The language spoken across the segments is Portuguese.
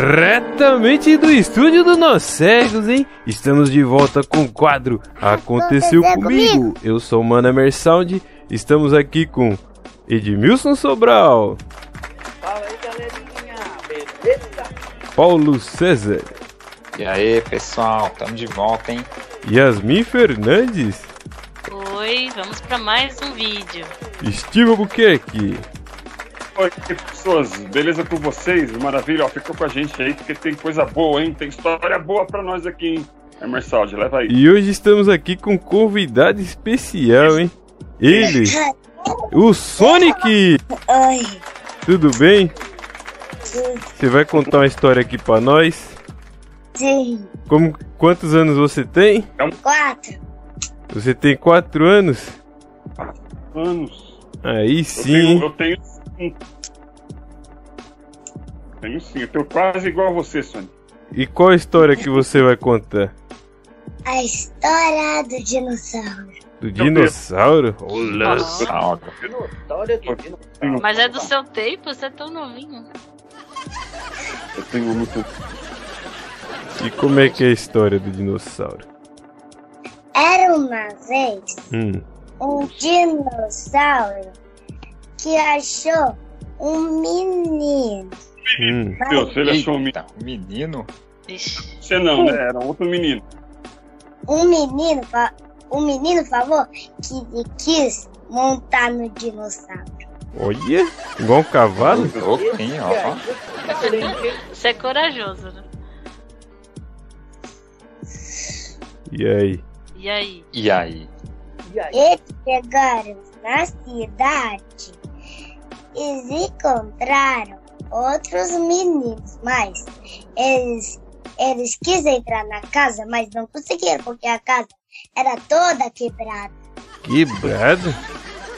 Diretamente do estúdio do Nós Cegos, hein? Estamos de volta com o quadro Aconteceu Comigo. Eu sou o Mano Mersound. Estamos aqui com Edmilson Sobral, Fala aí, galerinha, beleza? Paulo César, E aí, pessoal, tamo de volta, hein? Yasmin Fernandes, Oi, vamos para mais um vídeo. Steve Albuquerque, Oi, pessoas, beleza com vocês? Maravilha, ó, fica com a gente aí, porque tem coisa boa, hein? Tem história boa pra nós aqui, hein? É, Marçal, leva aí. E hoje estamos aqui com um convidado especial, hein? Ele, o Sonic! Oi, Tudo bem? sim, Você vai contar uma história aqui pra nós? sim, Como, quantos anos você tem? quatro. Você tem 4 anos? Anos. Aí Eu tenho, sim, eu tenho sim. Tenho sim, eu tenho quase igual a você, Sônia. e qual história que você vai contar? A história do dinossauro. Do dinossauro? Nossa. Salve. História do dinossauro. Tenho- Mas é do seu tempo, você é tão novinho. Eu tenho muito. E como é que é a história do dinossauro? Era uma vez Hum, um dinossauro que achou um menino. hum. Meu, se ele achou um menino. Eita, menino? Ixi. Você não, né? Era outro menino. Um menino, fa- um menino falou que ele quis montar no dinossauro. Olha, igual um cavalo? Louco, hein, ó. Você é corajoso, né? E aí? E aí? E aí? E aí? Eles chegaram na cidade e encontraram outros meninos, mas eles, eles quiseram entrar na casa, mas não conseguiram, porque a casa era toda quebrada. Quebrado?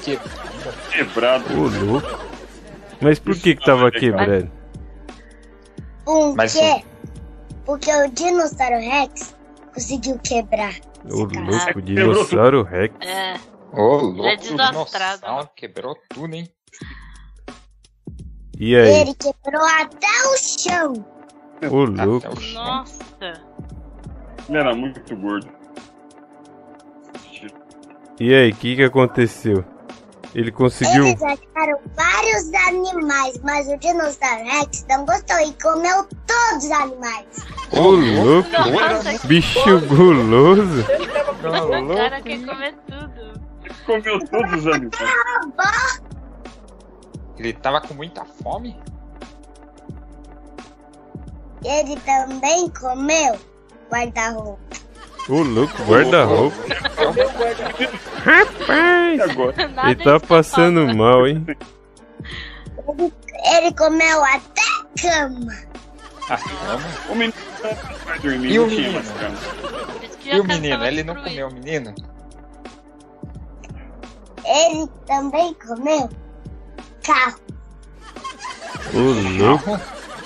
Que... Quebrado. Ô, louco. Mas por que que tava quebrado? Por Mas quê? Porque o dinossauro Rex conseguiu quebrar. Ô, essa casa. louco, dinossauro Rex. É, Ô, louco, Ele é desastrado. dinossauro quebrou tudo, hein? E aí? Ele quebrou até o chão. Ô, Até louco. o chão. nossa. Ele era muito gordo. E aí, o que que aconteceu? Ele conseguiu. Eles acharam vários animais, mas o dinossauro Rex não gostou e comeu todos os animais. Ô, louco. é Nossa, assim. Bicho guloso. Ô, o cara louco, quer hein? comer tudo. Comeu todos os animais. Ele tava com muita fome? Ele também comeu guarda-roupa. Ô, louco, guarda-roupa. É E Rapaz. agora? Nada Ele tá escapava. passando mal, hein? Ele comeu até cama. A cama? O menino vai dormir, E o não tinha menino? mais cama. Por isso que E o a casa menino? tava Ele não destruída. comeu o menino? Ele também comeu carro. Ô, louco.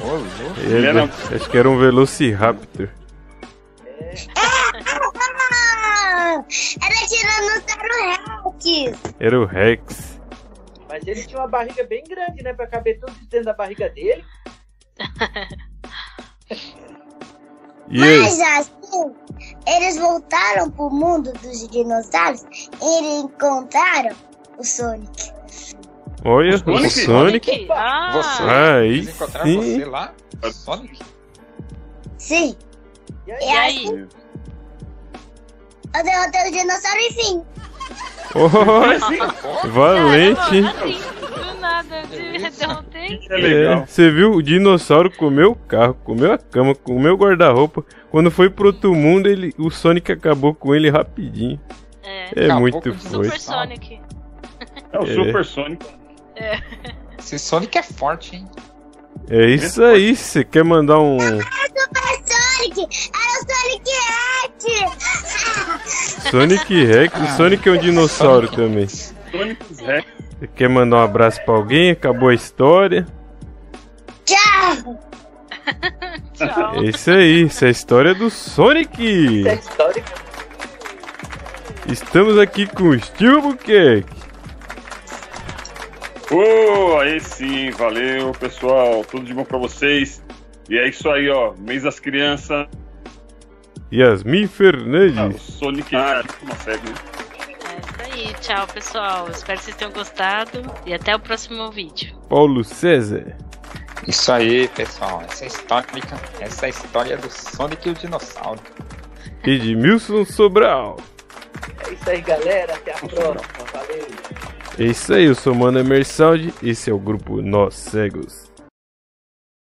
Ô, louco. Ele- era- Acho que era um Velociraptor. Ah, era Tiranossauro Rex. Era o Rex. Mas ele tinha uma barriga bem grande, né? Pra caber tudo dentro da barriga dele. E aí? Mas assim, eles voltaram pro mundo dos dinossauros e eles encontraram o Sonic. Olha, o Sonic? Sonic. Ah, Você. Aí Eles encontraram sim. você lá? Sonic? Sim, E e É aí? e assim aí? eu derrotei o dinossauro enfim. Olha, Ó, valente. hein? Caramba, assim, do nada, de- Isso. derrotei. É legal. Você viu? O dinossauro comeu o carro, comeu a cama, comeu o guarda-roupa. Quando foi pro outro mundo, ele, o Sonic acabou com ele rapidinho. É, É Acabou com muito o foi. Super Sonic. É o É. Super Sonic. Esse Sonic é forte, hein? É isso aí. Você quer mandar um. Sonic, era o Sonic Rex. Sonic Rex? O Sonic é um dinossauro também. Sonic os Rex. Você quer mandar um abraço pra alguém? Acabou a história. Tchau. Tchau. É isso aí. Isso é a história do Sonic. É histórico. Estamos aqui com o Steve Buquerque. Ô, aí sim, valeu pessoal, tudo de bom pra vocês. E é isso aí, ó. Mês das crianças. Yasmin Ah, o Fernandes. Sonic ah, consegue, né? É isso aí. Tchau, pessoal. Espero que vocês tenham gostado. E até o próximo vídeo. Paulo César. Isso aí, pessoal. Essa é histórica. Essa é a história do Sonic e o dinossauro. Edmilson Sobral. É isso aí, galera. Até a próxima. Valeu. É isso aí, eu sou o Mano Emersaldi. Esse é o grupo Nós Cegos.